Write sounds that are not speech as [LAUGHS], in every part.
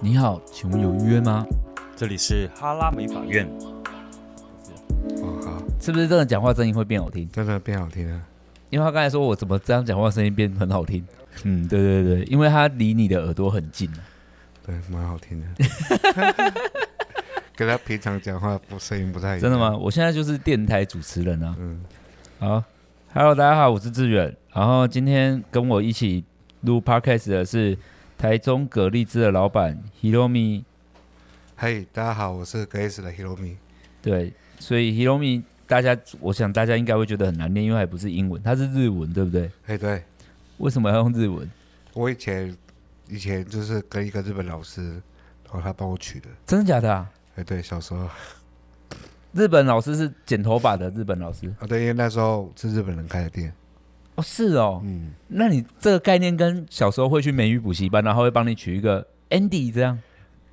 你好，请问有预约吗？这里是哈拉美法院，哦，好，是不是这种讲话声音会变好听？真的变好听了。因为他刚才说我怎么这样讲话声音变很好听。嗯，对对对，因为他离你的耳朵很近。啊对，蛮 [LAUGHS] 好听的。跟他平常讲话不声音不太一样。真的？吗？我现在就是电台主持人啊。嗯，好，Hello，大家好，我是志远。然后今天跟我一起录 Podcast 的是台中蛤蜊汁的老板 Hiromi。嘿，大家好，我是 Grace 的 Hiromi。对，所以 Hiromi 大家，我想大家应该会觉得很难念，因为还不是英文，它是日文，对不对？嘿，对为什么要用日文？我以前以前就是跟一个日本老师，然后他帮我取的。真的假的啊？哎，对，小时候啊，日本老师是剪头发的日本老师对，因为那时候是日本人开的店。哦，是哦。嗯，那你这个概念跟小时候会去美语补习班，然后会帮你取一个 Andy 这样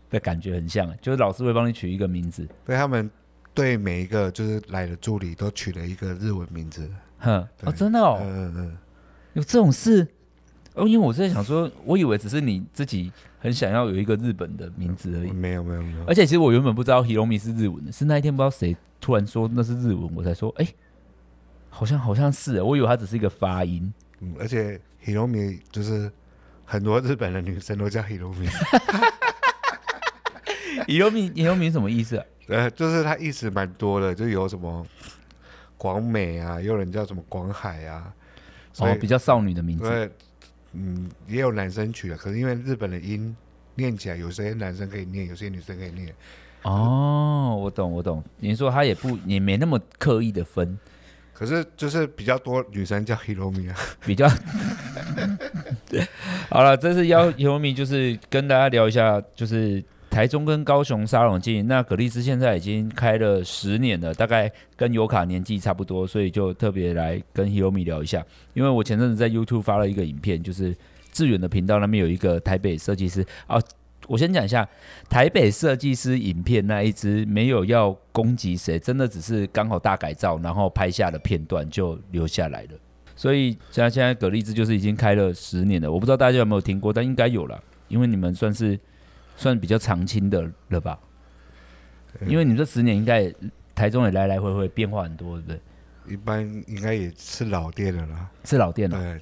的感觉很像，就是老师会帮你取一个名字。对他们对每一个就是来的助理都取了一个日文名字。哼，哦，对真的哦。嗯嗯嗯，有这种事？哦，因为我是在想说，我以为只是你自己很想要有一个日本的名字而已。没有没有没有而。且其实我原本不知道 Hiromi 是日文的，是那一天不知道谁突然说那是日文，我才说，哎、好像好像是耶，哦我以为它只是一个发 [LAUGHS] 音。嗯，而且 Hiromi 就是很多日本的女生都叫 Hiromi。 Hiromi Hiromi 是什么意思、啊？呃，就是它意思蛮多的，就有什么广美啊，也有人叫什么广海啊，所以、哦，比较少女的名字。对，嗯，也有男生取的，可是因为日本的音念起来，有些男生可以念，有些女生可以念，哦，我懂我懂，你说他也不也没那么刻意的分，可是就是比较多女生叫 Hiromi 啊，比较。 [LAUGHS] 好了，这次邀 Hiromi 就是跟大家聊一下，就是台中跟高雄沙龙季。那葛丽斯现在已经开了十年了，大概跟尤卡年纪差不多，所以就特别来跟 Hiromi 聊一下。因为我前阵子在 YouTube 发了一个影片，就是志远的频道那边有一个台北设计师啊。我先讲一下台北设计师影片那一支，没有要攻击谁，真的只是刚好大改造，然后拍下的片段就留下来了。所以现在现在葛丽兹就是已经开了十年了，我不知道大家有没有听过，但应该有了，因为你们算是算比较常青的了吧？因为你们这十年应该也台中也来来回回变化很多，对不对？一般应该也是老店了啦，是老店了，对，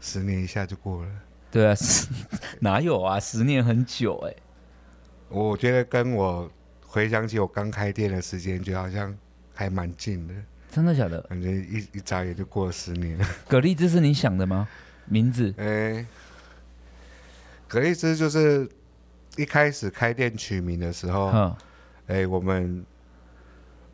十年一下就过了。对啊，是 [LAUGHS] 哪有啊？十年很久哎、我觉得跟我回想起我刚开店的时间，觉得好像还蛮近的，真的假的？感觉一一眨眼就过了十年了。葛丽兹是你想的吗？名字诶，格力兹哎就是一开始开店取名的时候，哼，诶，我们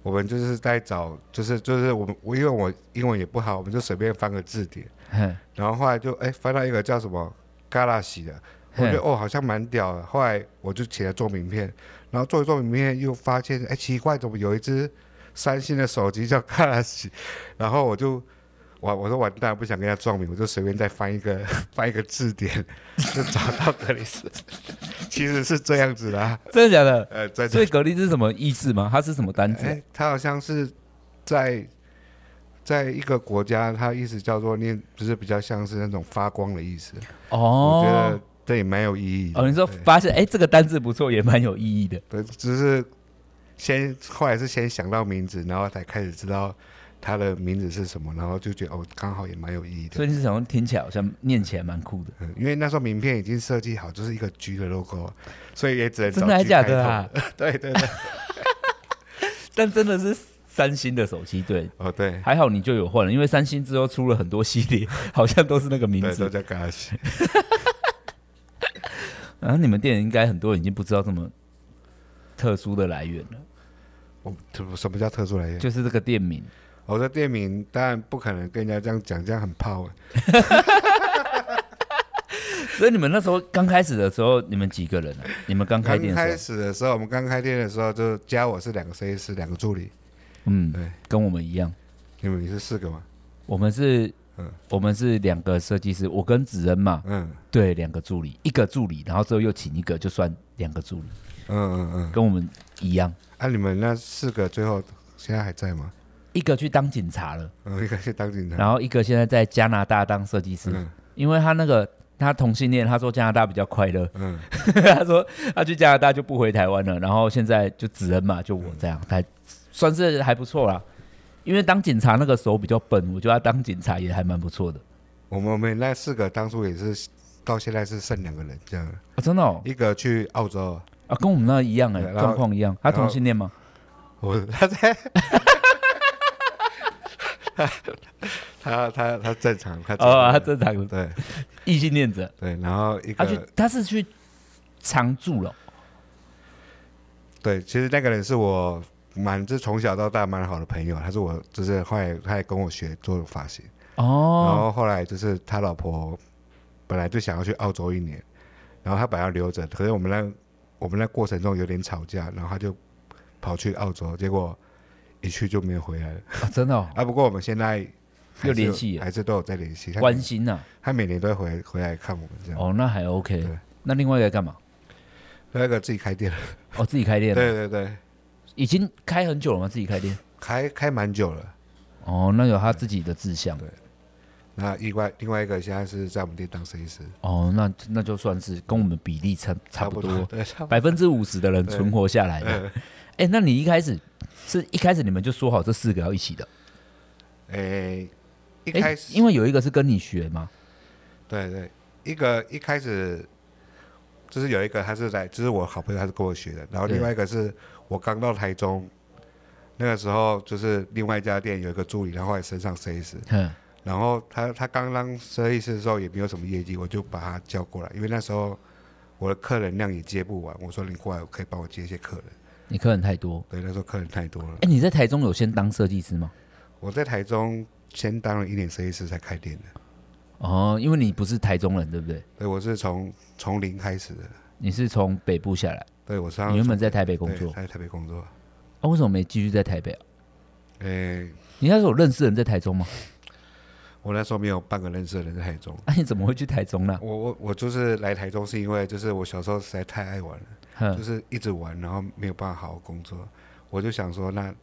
我们就是在找，就是就是我们我因为我英文也不好，我们就随便翻个字典，嘿然后后来就诶哎翻到一个叫什么 Galaxy 的，我觉嘿得哦好像蛮屌的，后来我就起来做名片，然后做一做名片又发现诶哎奇怪，怎么有一只三星的手机叫 Galaxy，然 [LAUGHS] 后我就。我我说完蛋，不想跟他撞名，我就随便再翻一个 [LAUGHS] 翻一个字典， [LAUGHS] 就找到格里斯， [LAUGHS] 其实是这样子的、啊，真的假的？呃，在这所以葛丽兹是什么意思吗？它是什么单字？哎，他好像是在在一个国家，他意思叫做念，就是比较像是那种发光的意思。我觉哦得这也蛮有意义的。哦，你说发现哎、这个单字不错，也蛮有意义的。对，只是先后来是先想到名字，然后才开始知道他的名字是什么，然后就觉得哦，刚好也蛮有意义的。所以你是想说听起来好像念起来蛮酷的，嗯因为那时候名片已经设计好，就是一个 G 的 logo，所以也只能找真的还 G 假开的头 [LAUGHS] 啊？对对对， [LAUGHS] 但真的是三星的手机，对，哦对，还好你就有换了，因为三星之后出了很多系列，好像都是那个名对字。都叫 Galaxy。然后你们店应该很多人已经不知道这么特殊的来源了， [LAUGHS] 我什什么叫特殊来源？就是这个店名。我的店名当然不可能跟人家这样讲，这样很啊泡。所以你们那时候刚开始的时候，你们几个人啊？你们刚开刚店的开时候，始的时候，我们刚开店的时候，就加我是两个设计师，两个助理，嗯对，跟我们一样，你们是四个吗？我们是嗯。我们是两个设计师，我跟子恩嘛，嗯对，两个助理，一个助理，然后之后又请一个，就算两个助理，嗯嗯嗯。跟我们一样。啊，你们那四个最后现在还在吗？呃一个去当警察了，嗯，一个去当警察。然后一个现在在加拿大当设计师，嗯因为他那个他同性恋，他说加拿大比较快乐， [LAUGHS] 嗯，他说他去加拿大就不回台湾了，然后现在就子恩嘛，就我这嗯样，还算是还不错啦。因为当警察那个时候比较笨，我觉得他当警察也还蛮不错的。我们我们那四个当初也是到现在是剩两个人这样，哦，真的哦，一个去澳洲，啊，跟我们那一样哎、对然后状况一样。他同性恋吗？我他在。他他他正常，他哦，他正常的对异性恋者，对，然后一他去个他是去常住了哦，对，其实那个人是我蛮就是从小到大蛮好的朋友，他是我就是后来他也跟我学做发型，然哦，后后来就是他老婆本来就想要去澳洲一年，然后他本来要留着，可是我们那我们那过程中有点吵架，然后他就跑去澳洲，结果一去就没有回来了。啊真的哦，啊，不过我们现在还是又联系了还是都有在联系，他关每心呐、他每年都会回回来看我们这样。哦，那还 OK 嗯对。那另外一个干嘛？那个自己开店了，哦，自己开店对了，对对，已经开很久了吗？自己开店？开开蛮久了。哦，那有他自己的志向。那另外另外一个现在是在我们店当设计师，哦，那那就算是跟我们比例差差不多，对，差不多。百分之五十的人存活下来的。哎，那你一开始是一开始你们就说好这四个要一起的？诶、一诶开始因为有一个是跟你学嘛，对对，一个一开始就是有一个他是来，就是我好朋友，他是跟我学的。然后对另外一个是我刚到台中，那个时候就是另外一家店有一个助理，他后来升上设计师。哼，然后他他刚当设计师的时候也没有什么业绩，我就把他叫过来，因为那时候我的客人量也接不完。我说你过来，可以帮我接一些客人。你客人太多。对，那时候客人太多了。哎，你在台中有先当设计师吗？我在台中先当了一年设计师才开店的。哦，因为你不是台中人，对不对？对，我是从从零开始的。你是从北部下来，对，我上你原本在台北工对作，在台啊北工作。啊，为什么没继续在台北啊？诶、你那时候有认识人在台中吗？ [LAUGHS] 我那时候没有半个认识的人在台中。啊，你怎么会去台中呢？我我我就是来台中是因为就是我小时候实在太爱玩了，哼就，是一直玩，然后没有办法好好工作，我就想说那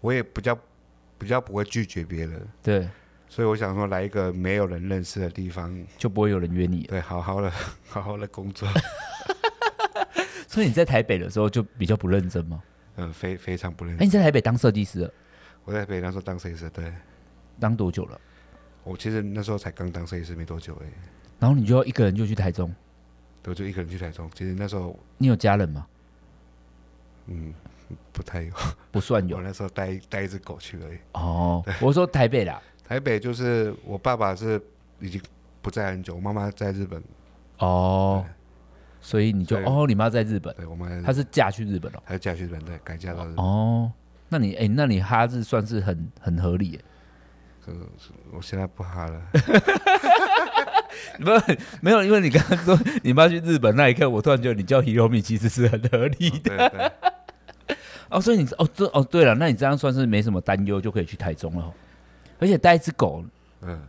我也比较比较不会拒绝别人，对，所以我想说来一个没有人认识的地方，就不会有人约你了。对，好好的 [LAUGHS] 好好的工作，所以你在台北的时候就比较不认真吗？嗯，非非常不认哎、识。你在台北当设计师了啊我在北那时候当设计师，对当多久了？我其实那时候才刚当设计师没多久哎，然后你就要一个人就去台中，我就一个人去台中，其实那时候你有家人吗？嗯不太有，不算 [LAUGHS] 我有那时候带带一只狗去而已。哦。我说台北啦，台北就是我爸爸是已经不在很久，我妈妈在日本，哦，所以你就对哦，你妈在日本，对我妈在日她本，是嫁去日本了、她嫁去日本，对，改嫁到日本。哦。那你哎、那你哈日算是很很合理耶，可是我现在不哈 [LAUGHS] 了，不没有，因为你刚刚说你妈去日本那一刻，我突然觉得你叫 Hiromi 其实是很合理的对 [LAUGHS] 对哦，所以你哦这哦对了，那你这样算是没什么担忧，就可以去台中了哦、而且带一只狗，嗯，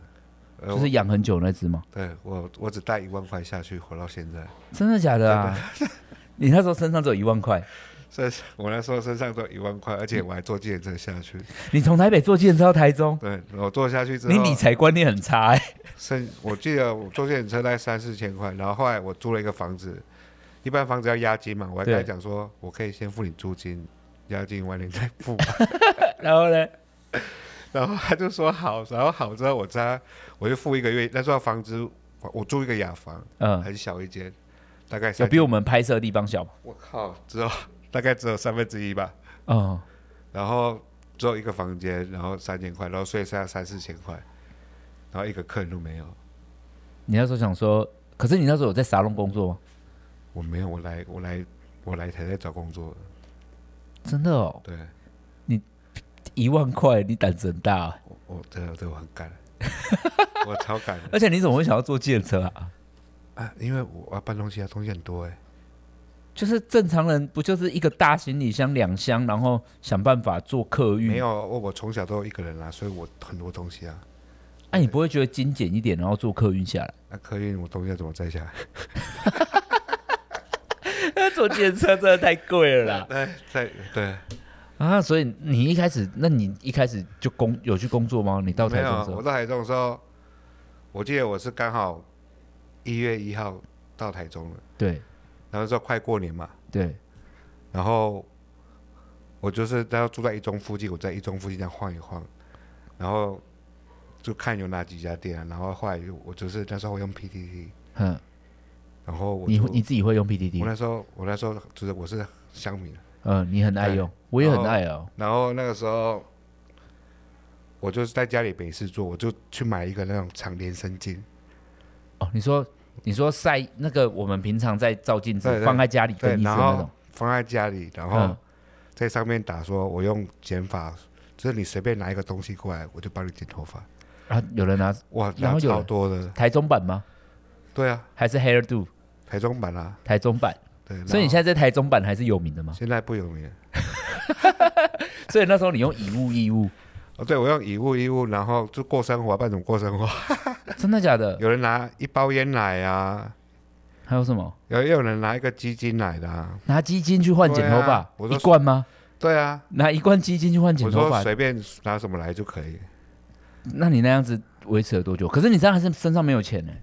呃就我是养很久那只吗？对我我只带一万块下去，活到现在。真的假的啊？ [LAUGHS] 你那时候身上只有一万块，所以我那时候身上都一万块，而且我还坐计程车 [LAUGHS] 下去。你从台北坐计程车到台中，对，我坐下去之后，你理财观念很差哎、 [LAUGHS] 剩我记得我坐计程车大概三四千块，然后后来我租了一个房子，一般房子要押金嘛，我还跟他对讲说，我可以先付你租金，押金晚点再付。然后呢，然后他就说好，然后好之后我在我就付一个月，那时候房子我我住一个雅房，嗯，很小一间，大概有三比我们拍摄的地方小吗？我靠，只有大概只有三分之一吧，嗯，然后只有一个房间，然后三千块，然后所以剩下三四千块，然后一个客人都没有，你那时候想说，可是你那时候有在沙龙工作吗？我没有，我来我来我来台在找工作，真的哦，对一万块，你胆子很大、啊，我我真的对我很敢， [LAUGHS] 我超敢的而且你怎么会想要坐计程车啊？啊，因为我我要搬东西啊，东西很多哎、就是正常人不就是一个大行李箱两箱，然后想办法做客运？没，有我我从小都一个人啦、所以我很多东西啊。那、你不会觉得精简一点，然后做客运下来？那客运我东西要怎么摘下来？ [LAUGHS] 坐计程车真的太贵了啦。对对哎对，啊，所以你一开始，那你一开始就工有去工作吗？你到没台中有啊之，后我，到台中的时候，我记得我是刚好一月一号到台中了，对然后说快过年嘛，对，然后我就是要住在一中附近，我在一中附近这样晃一晃，然后就看有哪几家店啊、然后后来就我就是那时候我用 PTT，哼，然后我你就你自己会用我 PPT，那时候我那时候就是我是乡民，呃，你很爱用，我也很爱哦，然后那个时候我就是在家里没事做，我就去买一个那种长连身镜，哦，你说你说晒那个我们平常在照镜对子对放在家里对，更衣室然那种后，放在家里，然后嗯，在上面打说我用剪法，就是你随便拿一个东西过来，我就帮你剪头发，啊，有人拿哇，然拿后有超多的，台中版吗？对啊，还是 Hair Do 台中版啊，台中版？对，然所以你后现在在台中版还是有名的吗？现在不有名了。所以那时候你用以物易物，哦，对，我用以物易物，然后就过生活，办怎么 [LAUGHS] 过生活？真的假的？有人拿一包烟来啊，还有什么？有也有人拿一个鸡精来的、啊，拿鸡精去换剪头对发、啊我都一罐吗？对啊，拿一罐鸡精去换剪我头说发，随便拿什么来就可以。那你那样子维持了多久？可是你这样还是身上没有钱呢、欸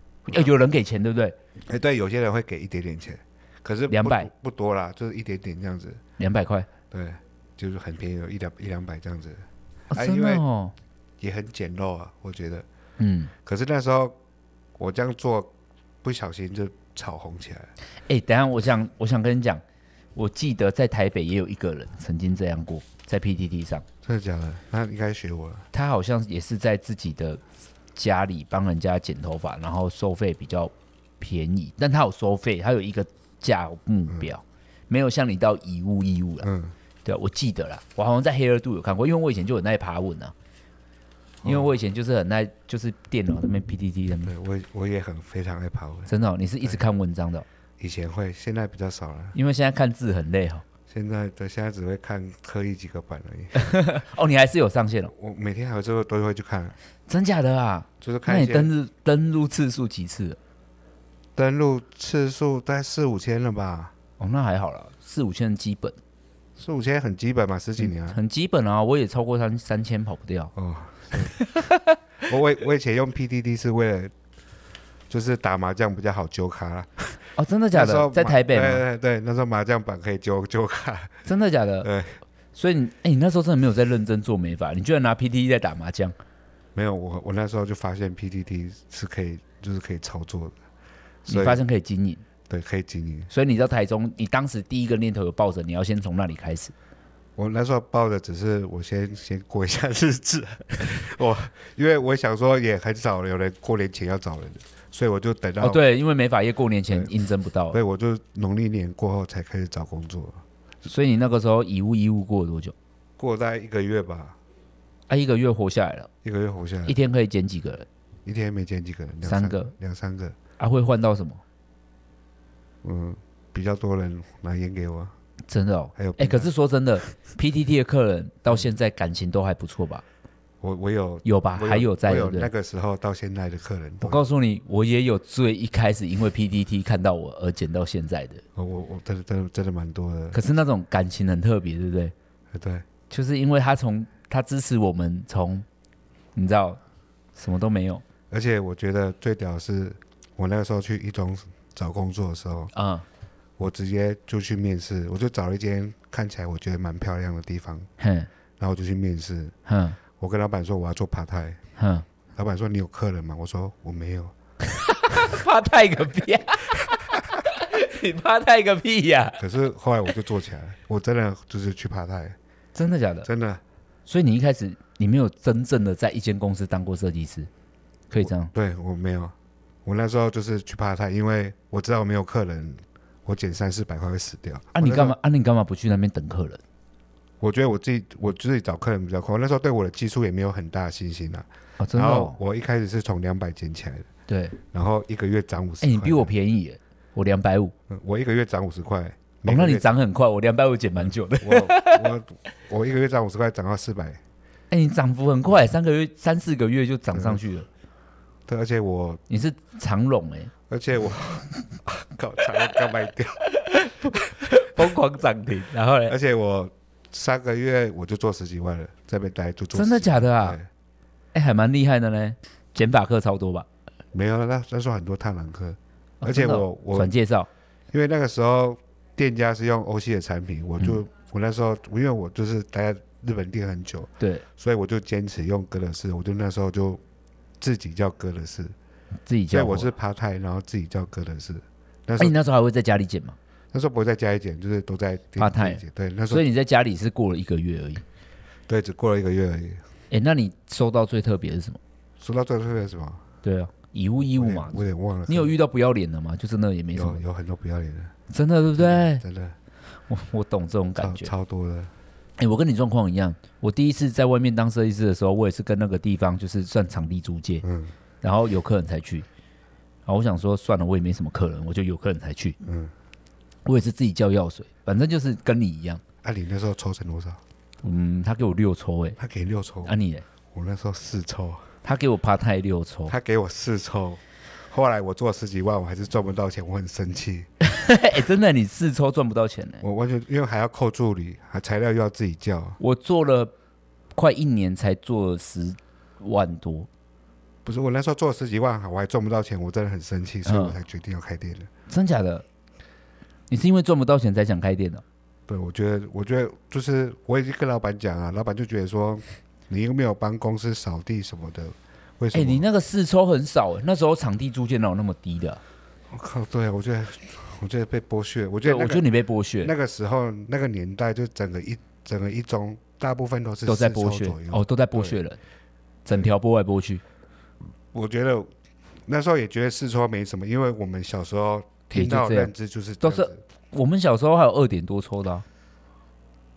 有人给钱对不对？哎，对，有些人会给一点点钱，可是不200不多啦，就是一点点这样子，两百块对，就是很便宜，有一两一两百这样子，哦哎真因的为哦，也很简陋啊，我觉得。嗯，可是那时候我这样做，不小心就炒红起来了。哎、等一下我想我想跟你讲，我记得在台北也有一个人曾经这样过，在 PTT 上，真的假的？那应该学我了。他好像也是在自己的家里帮人家剪头发，然后收费比较便宜，但他有收费，他有一个价目标，没有像你到以物易物啦。嗯，对啊，我记得啦，我好像在黑二度有看过，因为我以前就很爱爬文啊，因为我以前就是很爱就是电脑那边 PPT 那边，对我也我也很非常爱跑文，真的哦、你是一直看文章的哦、以前会，现在比较少了。因为现在看字很累哦哈、现在对，现在只会看科技几个版而已。 [LAUGHS] 哦。你还是有上线哦，我每天还是会都会去看，真假的啊？就是那看一你些登录登录次数几次了？登录次数大概四五千了吧，哦，那还好啦，四五千的基本，四五千很基本嘛，十几年啊。很基本啊，我也超过三三千跑不掉。哦，是 [LAUGHS] 我我以我以前用 PDD 是为了，就是打麻将比较好揪卡啦。哦，真的假那时候的？在麻台北对吗？对对，那时候麻将版可以揪揪卡。 [LAUGHS] 真的假的？对，所以你哎、你那时候真的没有在认真做美发，你居然拿 PTT 在打麻将。没有我我那时候就发现 PDD 是可以就是可以操作的，所你以发现可以经营，对可以经营。所以你到台中，你当时第一个念头有抱着你要先从那里开始，我那时候抱的只是我先先过一下日子， [LAUGHS] 我因为我想说也很少有人过年前要找人，所以我就等到、哦，对，因为美发业过年前应征不到，啊对，我就农历年过后才开始找工作，所以你那个时候以物易物过了多久？过大概一个月吧，啊，一个月活下来了，一个月活下来一，天可以减几个人？一天没见几个人，两三三个，两三个，啊，会换到什么？嗯，比较多人拿烟给我，真的哦，还有啊嗯哎、槟榔可是说真的，PTT 的客人到现在感情都还不错吧？我我有有吧？我还有有在我对有不那对？个时候到现在的客人都我有，告诉你，我也有最一开始因为 PTT 看到我而减到现在的，我我我真的真的真的蛮多的，可是那种感情很特别，对不对？对，就是因为他从他支持我们从，你知道什么都没有，而且我觉得最屌是我那个时候去一中找工作的时候。嗯，我直接就去面试，我就找了一间看起来我觉得蛮漂亮的地方，哼然后我就去面试。哼我跟老板说我要做 part time，哼，老板说你有客人吗？我说我没有。怕太个屁、 [LAUGHS] 啊，你怕太个屁呀、可是后来我就做起来，我真的就是去 part time，真的假的？真的所以你一开始你没有真正的在一间公司当过设计师，可以这样？对我没有。我那时候就是去 part time，因为我知道我没有客人，我减三四百块会死掉。啊，我你那时干候嘛？？啊，你干嘛不去那边等客人？我觉得我自己我自己找客人比较快。我那时候对我的技术也没有很大的信心啊。哦，真然的、后哦？我一开始是从两百捡起来的，对，然后一个月涨五十。哎、你比我便宜耶，我两百五。嗯我一个月涨五十块。哦每，个那你月涨很快，我两百五减蛮 [LAUGHS] 久的。我我我一个月涨五十块，涨到四百。哎、你涨幅很快，三个月、三四个月就涨上去了。对，而且我你是长龙哎，而且我 [LAUGHS] 搞长了刚卖掉，疯狂涨停，然后嘞，而且我三个月我就做十几万了，这边待就做真的10几假万的啊？对哎、还蛮厉害的呢，减法课超多吧？没有，那那时候很多探狼客，哦而且真的我哦我转介绍，因为那个时候店家是用欧系的产品，我嗯就、我那时候因为我就是待在日本店很久，对所以我就坚持用哥德式，我就那时候就自己叫哥德式，自己所以教我是哎趴太，然后自己叫哥德式。那时你候、那时候还会在家里剪吗？那时候不会在家里剪，就是都在店趴太店里剪对，那时所候以你在家里是过了一个月而已。对，只过了一个月而已。哎，那你收到最特别是什么？说到最后是什么？对啊，以物易义物嘛。我有点忘了。你有遇到不要脸的吗？就真的也没什有么，有很多不要脸的，真的对不对？真的我我懂这种感超觉。超多的。哎、我跟你状况一样，我第一次在外面当设计师的时候，我也是跟那个地方就是算场地租借，嗯然后有客人才去。然后我想说，算了，我也没什么客人，我就有客人才去。嗯，我也是自己叫药水，反正就是跟你一样。啊，你那时候抽成多少？嗯，他给我六抽、欸，他给六抽，哎，啊你、欸，我那时候四抽，他给我趴太六 [LAUGHS] 抽，他给我四抽。后来我做十几万，我还是赚不到钱，我很生气。哎、真的，你四抽赚不到钱呢、我完全因为还要扣助理，还材料又要自己叫，我做了快一年，才做了十万多。不是我那时候做十几万，我还赚不到钱，我真的很生嗯气，所以我才决定要开店的。真假的？你是因为赚不到钱才想开店的、对，我觉得，我觉得就是我已经跟老板讲啊，老板就觉得说你又没有帮公司扫地什么的，为什哎、么？你那个四抽很少、欸，那时候场地租借哪有那么低的啊、我靠，对啊，我觉得，我觉得被剥削，我觉对，得那我个觉得你被剥削，那个时候那个年代，就整个一整个一中大部分都是都在四剥周削左，右哦，都在剥削人，整条剥来剥去，我觉得那时候也觉得四周没什么，因为我们小时候也听就到这样认知就是都这样子我们小时候还有二点多抽的啊、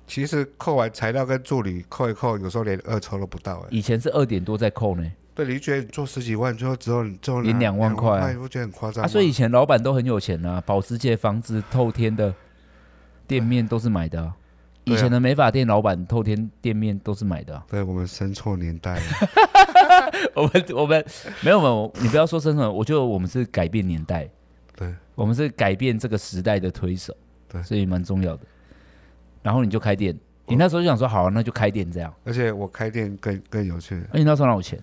其实扣完材料跟助理扣一扣，有时候连二抽都不到哎、以前是二点多在扣呢，对，你就觉得你做十几万，最后只有你最后拿连两万两块啊你不觉得很夸张啊，吗？所以以前老板都很有钱啊，保时捷、房子、透天的店面都是买的啊、对啊以前的美发店老板透天店面都是买的 [LAUGHS] 啊、对我们生错年代啊了， [LAUGHS] 我们我们没有没有，你不要说真的，我觉得我们是改变年哦代，对，我们是改变这个时代的推手，对哦所以蛮重要的。然后你就开店，你那时候就想说好、啊，那就开店这样。而且我开店更更有趣。而且那时候哪有钱？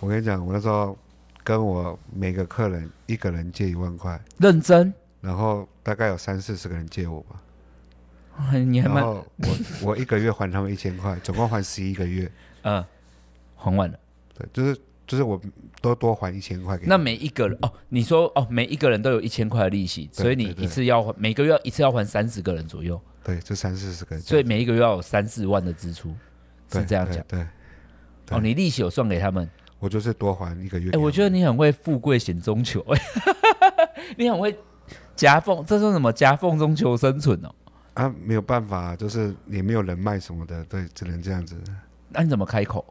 我跟你讲，我那时候跟我每个客人一个人借一万块，认真，然后大概有三四十个人借我吧。哎你还然蛮后我 [LAUGHS] 我一个月还他们一千块，总共还十一个月，嗯，很晚了。对，就是就是我都多还一千块给他那每一个人哦，你说哦，每一个人都有一千块的利息，对所以你对对一次要还每个月一次要还三十个人左右，对，就三四十个人这所以样，每一个月要有三四万的支出，是对这样讲。对，对对哦，你利息有算给他们？我就是多还一个哎、月给他们。我觉得你很会富贵险中求， [LAUGHS] 你很会夹缝，这是什么夹缝中求生存哦？啊没有办法，就是也没有人脉什么的，对，只能这样子。那你怎么开口？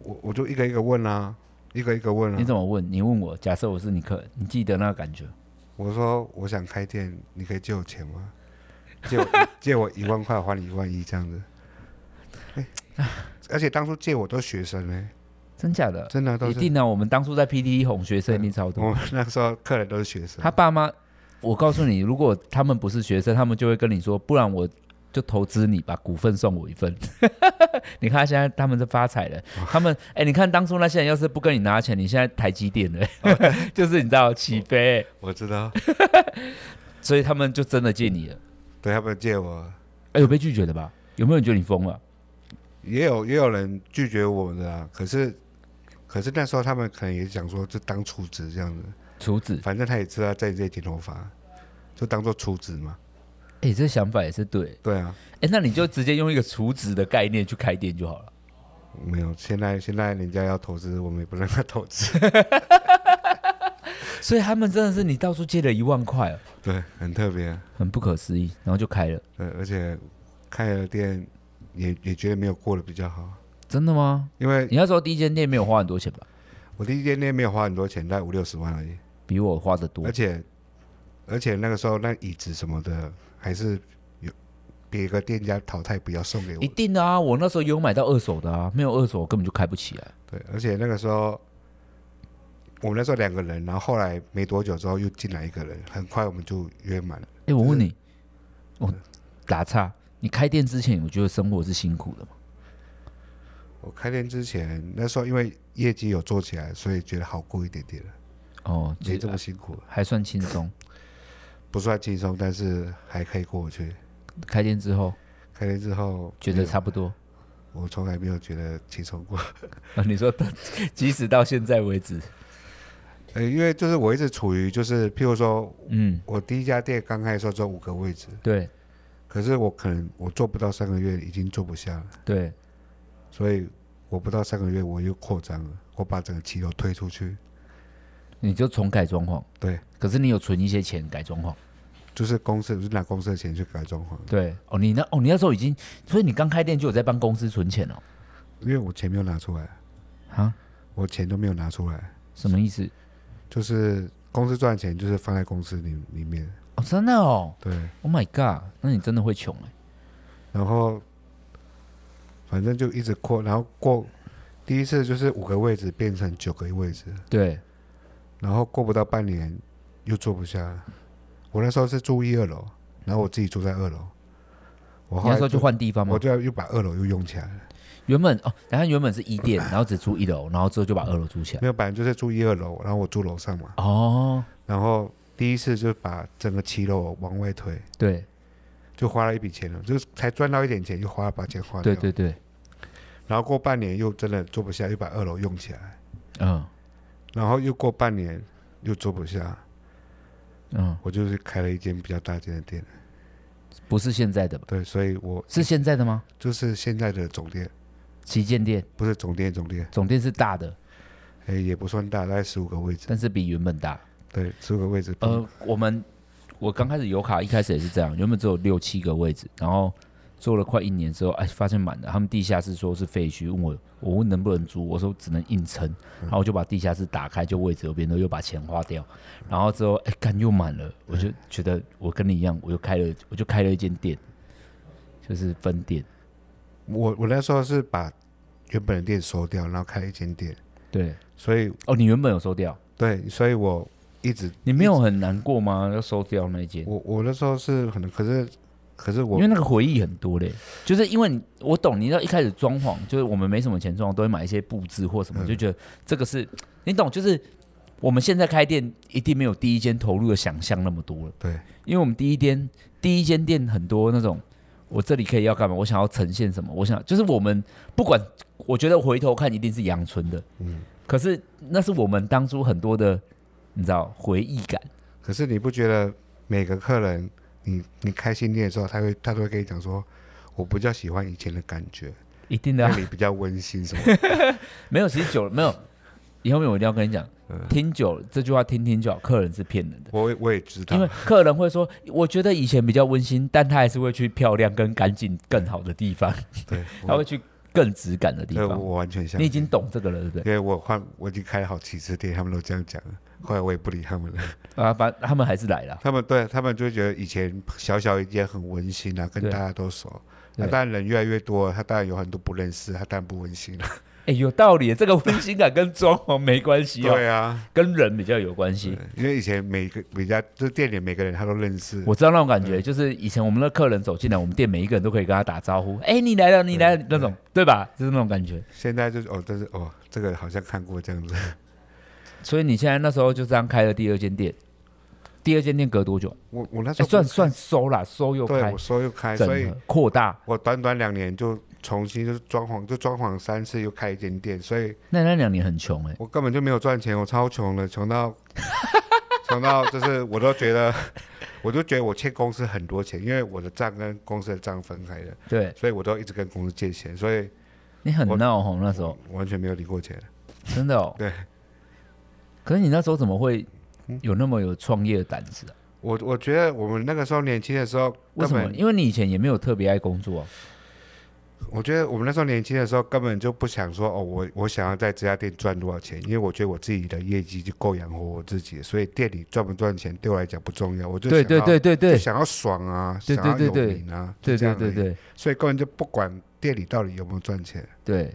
我我就一个一个问啊，一个一个问你啊。怎么问？你问我，假设我是你客人，你记得那个感觉？我说我想开店，你可以借我钱吗？借我 [LAUGHS] 借我一万块，还你一万一这样子。哎 [LAUGHS] 而且当初借我都是学生呢、真假的？真的都一是。定啊！我们当初在 PTT 哄学生一定超多。我们那时候客人都是学生他，爸妈，我告诉你，如果他们不是学生，他们就会跟你说，不然我就投资你吧，股份送我一份。 [LAUGHS] 你看现在他们是发财 [LAUGHS] 了，他们哎、你看当初那些人要是不跟你拿钱，你现在台积电了， [LAUGHS] 就是你知道起飞，我知道，所以他们就真的借你了。对他们借我，哎、有被拒绝的吧？有没有人觉得你疯了？也有也有人拒绝我的啊。可是，可是那时候他们可能也想说，就当储值这样子，厨子，反正他也知道在这里剪头发，就当做储值嘛。哎、这想法也是对。对啊，哎、那你就直接用一个厨子的概念去开店就好了。没有，现在现在人家要投资，我们也不让他投资， [LAUGHS] 所以他们真的是你到处借了一万块、哦，对，很特别啊、很不可思议，然后就开了。对，而且开了店也也觉得没有过得比较好，真的吗？因为你那时候第一间店没有花很多钱吧？我第一间店没有花很多钱，大概五六十万而已。比我花的多而。且而且那个时候那椅子什么的还是有别个店家淘汰，不要送给我一。定的啊，我那时候有买到二手的啊，没有二手我根本就开不起来。对，而且那个时候我们那时候两个人，然后后来没多久之后又进来一个人，很快我们就约满了。哎、我问你，我打岔，你开店之前，我觉得生活是辛苦的吗？我开店之前那时候因为业绩有做起来，所以觉得好过一点点了。哦，没其这实么辛苦，还算轻 [LAUGHS] 松。不算轻松，但是还可以过去。开店之后开店之后，觉没得有差不多。我从来没有觉得轻松过，啊，你说到， [LAUGHS] 即使到现在为止，呃，因为就是我一直处于就是，譬如说嗯，我第一家店刚开的时候只有五个位置，对可是我可能我做不到三个月已经做不下了，对，所以我不到三个月我又扩张了，我把整个骑楼推出去，你就重改装潢。对，可是你有存一些钱改装潢。就是公司就是拿公司的钱去改装潢，对，哦，你那哦，你那时候已经，所以你刚开店就有在帮公司存钱哦。因为我钱没有拿出来，啊，我钱都没有拿出来，什么意思？就是公司赚钱就是放在公司里里面，哦，真的哦对， ，Oh my god，那你真的会穷哎、然后反正就一直扩，然后过第一次就是五个位置变成九个位置，对，然后过不到半年又坐不下了。我那时候是住一二楼，然后我自己住在二楼。我你后来那时候就，换地方吗我？就要又把二楼又用起来了。原本哦，然后原本是一店，然后只租一楼，然后之后就把二楼租起来。没有，本来就是住一二楼，然后我住楼上嘛。哦，然后第一次就把整个七楼往外推，对就花了一笔钱了，就是才赚到一点钱，又花了把钱花掉。对。对对，然后过半年又真的坐不下，又把二楼用起来，嗯然后又过半年又坐不下，嗯，我就是开了一间比较大间的店。不是现在的吧？对，所以我是现在的吗？就是现在的总店，旗舰店不是总店，总店。总店是大的，哎，也不算大，大概十五个位置。但是比原本大。对，十五个位置。呃，我们我刚开始油卡一开始也是这样，原本只有六七个位置，然后做了快一年之后，哎，发现满了。他们地下室说是废墟，问我我问能不能租，我说只能硬撑，嗯然后我就把地下室打开，就位置有变多，又把钱花掉，嗯然后之后哎干又满了，我就觉得我跟你一样，我又开了我就开了一间店，就是分店，我我那时候是把原本的店收掉，然后开了一间店，对，所以哦，你原本有收掉，对，所以我一直你没有很难过吗？要收掉那一间？我我那时候是可能，可是可是因我为那个回忆很多嘞，就是因为你我懂，你知道一开始装潢，就是我们没什么钱装潢，都会买一些布置或什么，嗯就觉得这个是你懂，就是我们现在开店一定没有第一间投入的想象那么多了，对因为我们第一间第一间店很多那种，我这里可以要干嘛，我想要呈现什么，我想就是我们不管，我觉得回头看一定是阳春的，嗯，可是那是我们当初很多的，你知道回忆感，可是你不觉得每个客人你你开新店的时候，他会他都会跟你讲说，我比较喜欢以前的感 [LAUGHS] 觉，一定的、那啊。里比较温馨什么的？没有，其实久了没有。以后面我一定要跟你讲，嗯听久了这句话听听就好，客人是骗人的。我也我也知因道为，客人会说，我觉得以前比较温馨，但他还是会去漂亮跟干净更好的地方，对， [LAUGHS] 他我会去更质感的地对我方。我完全相你已信。经懂这个了，对不对？因为我换我已经开了好几次店，他们都这样讲了，后来我也不理他们了。 [LAUGHS] 啊，反他们还是来了。他们对他们就会觉得以前小小一间很温馨啊，跟对大家都熟。那对当然人越来越多，他当然有很多不认识，他当然不温馨了。哎，有道理，这个温馨感跟装潢没关系哦，对啊，跟人比较有关系。因为以前每个每家就是店里每个人他都认识，我知道那种感觉，就是以前我们的客人走进来，我们店每一个人都可以跟他打招呼，哎，你来了，你来了，那种，对吧？就是那种感觉。现在就是哦，但是哦，这个好像看过 [LAUGHS] 这样子，所以你现在那时候就这样开了第二间店，第二间店隔多久？我我那时哎、候算不算收啦，收又对开我，收又开，整所以合扩大。我短短两年就重新就是装潢，就装潢三次又开一间店，所以那那两年很穷哎、我根本就没有赚钱，我超穷的，穷到 [LAUGHS] 穷到就是我都觉得，我就觉得我欠公司很多钱，因为我的账跟公司的账分开的，对所以我都一直跟公司借钱，所以你很我闹吼那时候我，完全没有理过钱。真的哦、对。嗯可是你那时候怎么会有那么有创业的胆子啊？我我觉得我们那个时候年轻的时候，为根什么？本因为你以前也没有特别爱工作啊、我觉得我们那时候年轻的时候根本就不想说哦，我我想要在这家店赚多少钱，因为我觉得我自己的业绩就够养活我自己，所以店里赚不赚钱对我来讲不重要，我就对对想要对对就对想要爽啊，对想要对有对对名啊，对就这对样对而已对所以根本就不管店里到底有没有赚钱。对。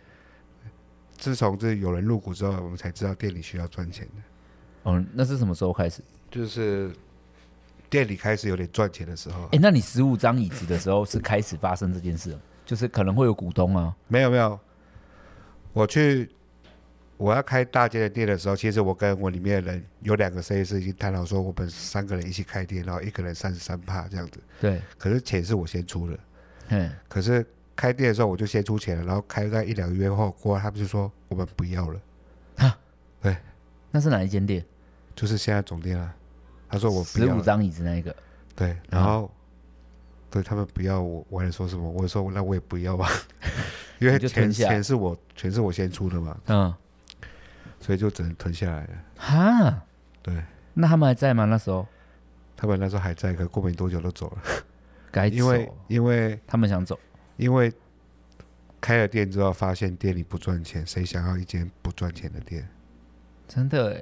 自从这有人入股之后，我们才知道店里需要赚钱的，哦，那是什么时候开始？啊就是店里开始有点赚钱的时候哎、。那你十五张椅子的时候是开始发生这件事了，就是可能会有股东啊。没有没有，我去我要开大间的店的时候，其实我跟我里面的人有两个设计师已经探讨说，我们三个人一起开店，然后一个人三十三帕这样子。对，可是钱是我先出的，嗯，可是开店的时候我就先出钱了，然后开个一两个月后，过来他们就说我们不要了，那是哪一间店？就是现在总店啊。他说我不十要五了，张啊椅子那一个，对，然后、对他们不要我，我还说什么？我说那我也不要吧， [LAUGHS] 因为你就钱吞下钱是我钱是我先出的嘛，嗯，所以就只能吞下来了。哈，对那他们还在吗？那时候他们那时候还在，可过没多久都走了，该因为走因为他们想走，因为开了店之后发现店里不赚钱，谁想要一间不赚钱的 [LAUGHS] 店？真的哎。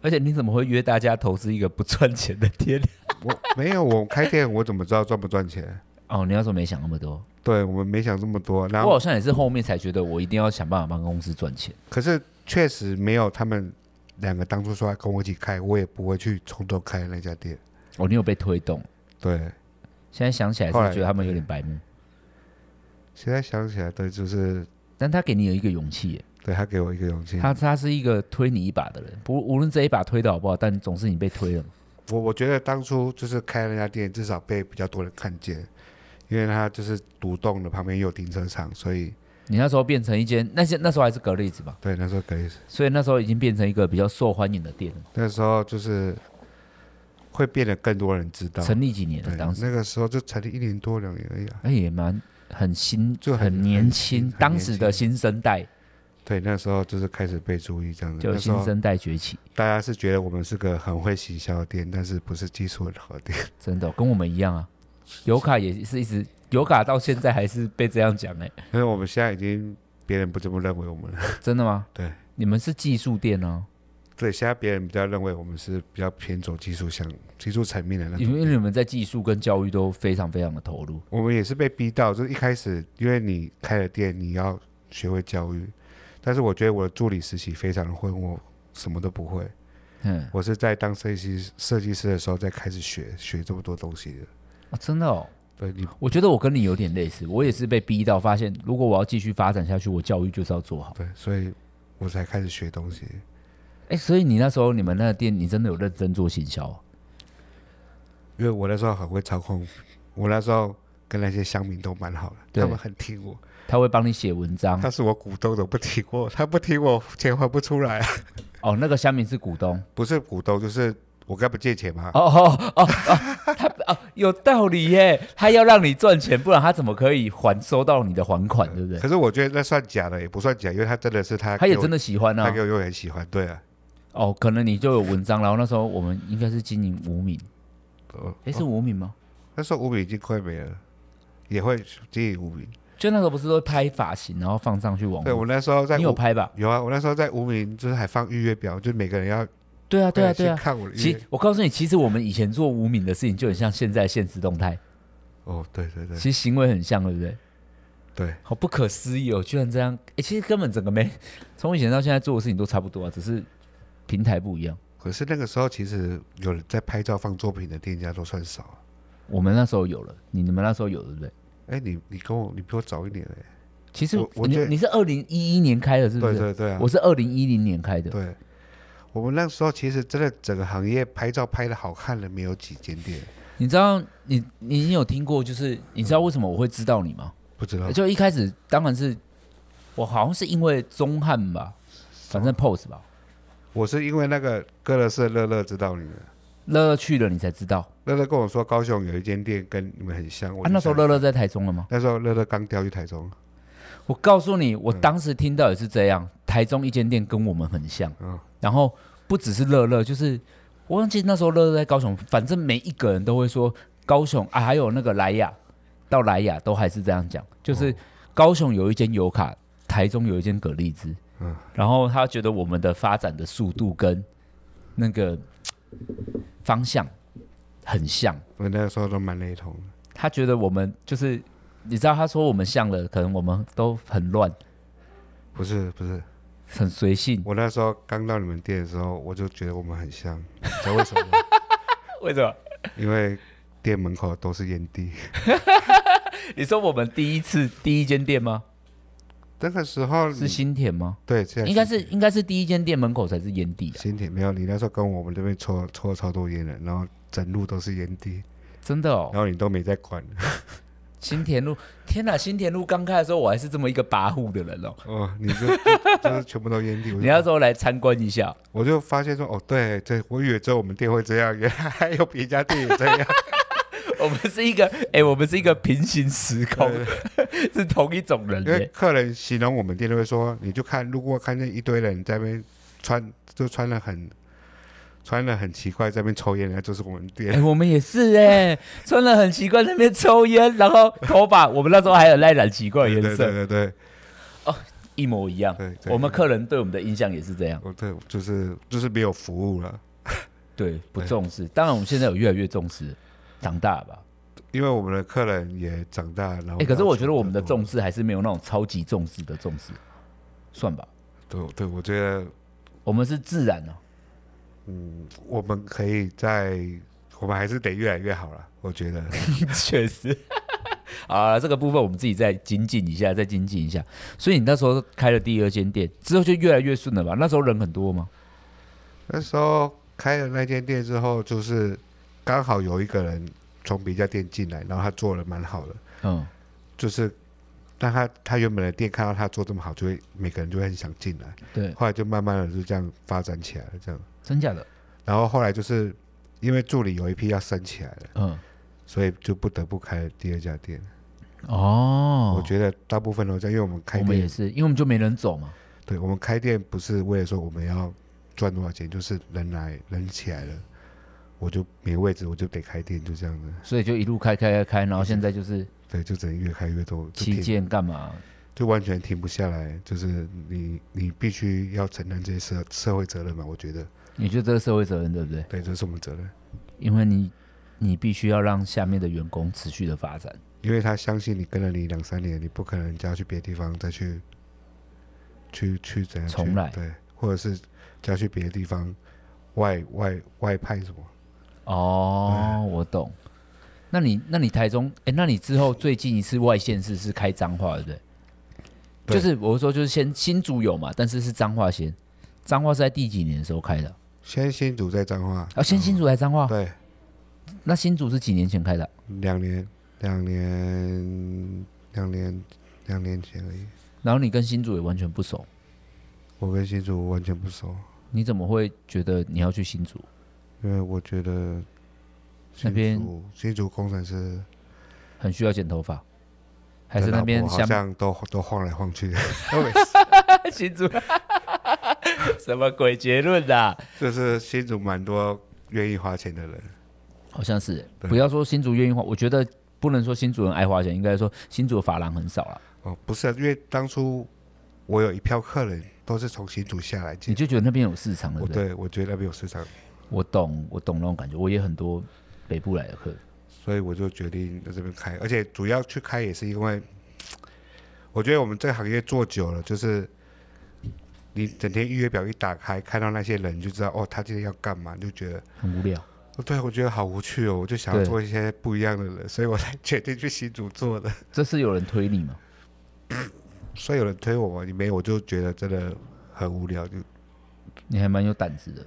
而且你怎么会约大家投资一个不赚钱的店？我没有，我开店我怎么知道赚不赚钱？ [LAUGHS] 哦，你要说没想那么多，对我们没想这么多，然我好后像也是后面才觉得我一定要想办法帮公司赚钱。可是确实没有他们两个当初说要跟我一起开，我也不会去冲动开那家店。哦，你有被推动？对，现在想起来是后来觉得他们有点白目，现在想起来，对，就是但他给你有一个勇气耶，对他给我一个勇气。他他是一个推你一把的人，不无论这一把推的好不好，但总是你被推了嘛。我我觉得当初就是开那家店，至少被比较多人看见，因为他就是独栋的，旁边也有停车场，所以你那时候变成一间，那些那时候还是格力子吧，对那时候可以，所以那时候已经变成一个比较受欢迎的店了。那时候就是会变得更多人知道。成立几年对了，，当时那个时候就成立一年多两年而已、啊。哎、也蛮很新，就很很年轻，很很当时的新生代对，那时候就是开始被注意这样子。就那时新候生代崛起，大家是觉得我们是个很会行销的店，但是不是技术很好的店。 [LAUGHS] 真的、跟我们一样啊。油卡也是一直，油卡到现在还是被这样讲哎、因为我们现在已经别人不这么认为我们了。 [LAUGHS] 真的吗？对，你们是技术店哦、对，现在别人比较认为我们是比较偏走技术向、技术层面的那因为种。你们在技术跟教育都非常非常的投入，我们也是被逼到，就是一开始因为你开了店，你要学会教育。但是我觉得我的助理实习非常的混，我什么都不会。嗯，我是在当设计师设计师的时候，再开始学学这么多东西的。啊，真的哦，对你我觉得我跟你有点类似，我也是被逼到，发现如果我要继续发展下去，我教育就是要做好。对，所以我才开始学东西。哎、所以你那时候你们那个店，你真的有认真做行销哦、因为我那时候很会操控，我那时候跟那些乡民都蛮好的，对他们很听我。他会帮你写文章他是我股东的，不听我，他不听我钱还不出来、啊，哦。那个虾米是股东不是股东就是我跟他们借钱嘛。哦哦哦哦，他哦有道理耶，他要让你赚钱，不然他怎么可以还收到你的还款，对不对可？是我觉得那算假的，也不算假，因为他真的是他他给我，也真的喜欢他啊给。我又很喜欢，对啊，哦，可能你就有文章，然后那时候我们应该是经营无名，哦，哎、是无名吗？那时候五米已经快没了，也会经营五米。就那时候不是都拍发型，然后放上去网对络。我那时候在哦你有五拍吧？有啊，我那时候在无名，就是还放预约表，就是每个人要对啊，对啊，去对啊。看我的预其约。我告诉你，其实我们以前做无名的事情，就很像现在现实动态，哦，对对对其实行为很像，对不对？对，好不可思议哦，居然这样！哎、其实根本整个没，从以前到现在做的事情都差不多啊，只是平台不一样。可是那个时候其实有人在拍照放作品的店家都算少啊。我们那时候有了，你你们那时候有对不对？哎，你你跟我你比我早一点哎、其实我我你觉得你是二零一一年开的，是不对是？对对啊，我是二零一零年开的。对，我们那时候其实真的整个行业拍照拍的好看的没有几间店，你知道你你你有听过，就是你知道为什么我会知道你吗？不知道就一开始当然是我好像是因为钟汉吧，反嗯正 pose 吧，我是因为那个哥乐士的乐乐知道你的，乐乐去了你才知道。乐乐跟我说高雄有一间店跟你们很像，我啊，就那时候想乐乐在台中了吗？那时候乐乐刚调去台中，我告诉你，我嗯当时听到也是这样，台中一间店跟我们很像，嗯然后不只是乐乐，就是我忘记那时候乐乐在高雄，反正每一个人都会说高雄啊，还有那个莱雅，到莱雅都还是这样讲，嗯就是高雄有一间油卡，台中有一间蛤蜊汁，嗯然后他觉得我们的发展的速度跟那个嘖方向很像。我那个时候都蛮雷同的，他觉得我们就是，你知道，他说我们像了，可能我们都很乱，不是不是，很随性。我那时候刚到你们店的时候，我就觉得我们很像，你知道为什么吗？ [LAUGHS] 为什么？因为店门口都是烟蒂，你说我们第一次第一间店吗？那个时候是你新田吗？对，现在应该是应该是第一间店门口才是烟蒂啊，新田没有，你那时候跟我们这边抽抽了超多烟的，然后整路都是烟蒂，真的哦然。后你都没在管。新田路，天哪！新田路刚开的时候，我还是这么一个跋扈的人哦。哦，你 [LAUGHS] 就就就是全部都烟蒂。我就你那时候来参观一下，我就发现说，哦，对，对，我以为只有我们店会这样，原来还有别家店也 [LAUGHS] 这样。我们是一个，哎、我们是一个平行时空， [LAUGHS] 是同一种人因为耶。客人形容我们店都会说，你就看，如果看见一堆人在那边穿，就穿的很，穿的很奇怪，在那边抽烟，那就是我们哎、店。我们也是哎、穿的很奇怪，在那边抽烟，然后头发，我们那时候还有那一染奇怪的对颜对色，对对对一模一样。对对，我们客人对我们的印象也是这样，我对就是就是没有服务了，对，不对重视。当然，我们现在有越来越重视，长大吧。因为我们的客人也长大，然后哎、可是我觉得我们的哦要求重更视还是没有那种超级重视的重视，算吧，多对对，我觉得我们是自然哦、 [LAUGHS] 我们可以在，我们还是得越来越好了，我觉得。确实。啊，这个部分我们自己再精进一下，再精进一下。所以你那时候开了第二间店之后，就越来越顺了吧？那时候人很多吗？那时候开了那间店之后，就是刚好有一个人从别家店进来，然后他做的蛮好的，嗯，就是让他他原本的店看到他做这么好，就会每个人就会很想进 [LAUGHS] 来。对，后来就慢慢的就这样发展起来了，这样。真假的？然后后来就是因为助理有一批要升起来了，嗯，所以就不得不开第二家店。哦，我觉得大部分都这样，因为我们开我们也店，是，因为我们就没人走嘛。对我们开店不是为了说我们要赚多少钱，就是人来人起来了，我就没位置，我就得开店，就这样子。所以就一路开开开开，然后现在就是对，就只能越开越多，就旗停，舰干嘛？就完全停不下来。就是你，你必须要承担这些社社会责任嘛。我觉得，你觉得这个社会责任对不对？对，这是我们责任，因为你你必须要让下面的员工持续的发展。因为他相信你跟了你两三年，你不可能人家去别的地方再去，去去怎样去重来对，或者是加去别的地方外外外派什么。哦，我懂。那你那你台中，哎、那你之后最近一次外县市是开彰化，对不对？对就是我是说，就是先新竹有嘛，但是是彰化先。彰化是在第几年的时候开的？先新竹再彰化，啊，先新竹还是彰化？嗯对，那新竹是几年前开的？两年，两年，两年，两年前而已。然后你跟新竹也完全不熟，我跟新竹完全不熟。你怎么会觉得你要去新竹？因为我觉得那新边竹新竹工程师很需要剪头发，还的是那老边啊婆好想像都都晃来晃 [LAUGHS] 去的，因为新竹？ [LAUGHS] 什么鬼结论啊？ [LAUGHS] 就是新竹蛮多愿意花钱的人。好像是，对不要说新竹愿意花，我觉得不能说新竹人爱花钱，应该说新竹的发廊很少了。哦，不是、啊，因为当初我有一票客人都是从新竹下来你进，就觉得那边有市场，对我不对？对我觉得那边有市场，我懂，我懂那种感觉。我也很多北部来的客，所以我就决定在这边开，而且主要去开也是因为，我觉得我们这个行业做久了，就是你整天预约表一打开，看到那些人你就知道哦，他今天要干嘛，你就觉得。很无聊。哦对，我觉得好无趣哦，我就想要对做一些不一样的人，所以我才 [LAUGHS] 决定去新竹做的。这是有人推你吗？所以有人推我嘛，你没有，我就觉得真的很无聊，就你还蛮有胆子的，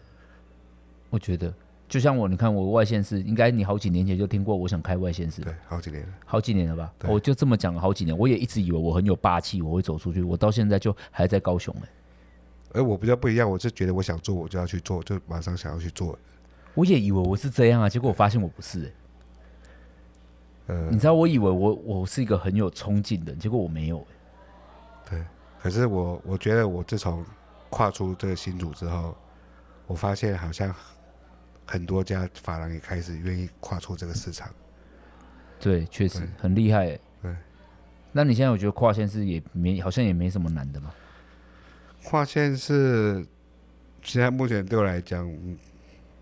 我觉得。就像我，你看我外县市，应该你好几年前就听过，我想开外县市，对，好几年了。好几年了吧？对我就这么讲了好几年，我也一直以为我很有霸气，我会走出去，我到现在就还在高雄哎、而我比较不一样，我是觉得我想做，我就要去做，就马上想要去做。我也以为我是这样啊，结果我发现我不是、欸。呃嗯你，知道，我以为我我是一个很有冲劲的，结果我没有、欸。对。可是我我觉得我自从跨出这个新竹之后，我发现好像很多家法郎也开始愿意跨出这个市场。对，确实对很厉害、欸。对。那你现在有觉得跨县市也没好像也没什么难的吗？跨线是现在目前对我来讲，嗯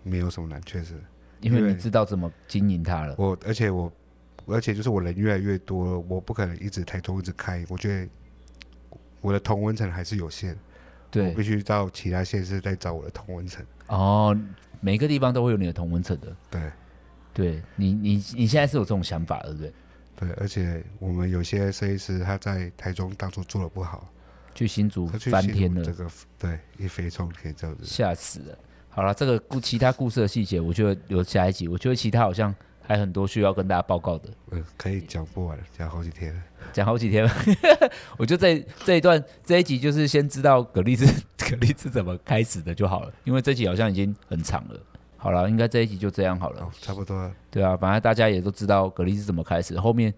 没有什么难，确实。因为因为你知道怎么经营它了。我而且我，而且就是我人越来越多了，我不可能一直台中一直开，我觉得我的同温层还是有限，我对必，须到其他县市再找我的同温层。哦，每个地方都会有你的同温层的。对对你，你你现在是有这种想法，对不对？对，而且我们有些设计师他在台中当初做的不好，去新竹他去翻新天竹了这，个对一飞冲天这样子。吓死了。好了，这个故其他故事的细节，我觉得留下一集。我觉得其他好像还很多需要跟大家报告的，嗯，可以讲不完了，讲好几天了。讲好几天 [LAUGHS] 了。我就这这一段这一集就是先知道蛤 [LAUGHS] 蜊是蛤蜊是怎么开始的就好了，因为这集好像已经很长了。好了，应该这一集就这样好了哦。，差不多了。对啊，反正大家也都知道蛤蜊是怎么开始，后面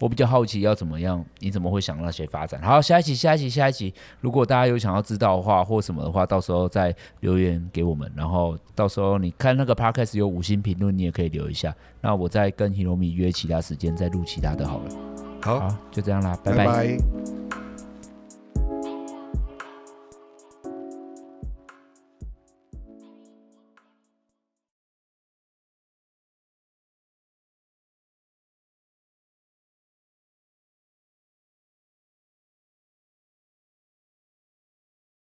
我比较好奇要怎么样，你怎么会想那些发展？好，下一期，下一期，下一期，如果大家有想要知道的话或什么的话，到时候再留言给我们，然后到时候你看那个 podcast 有五星评论，你也可以留一下，那我再跟 Hiromi 约其他时间再录其他的好了。好，好，就这样啦，拜拜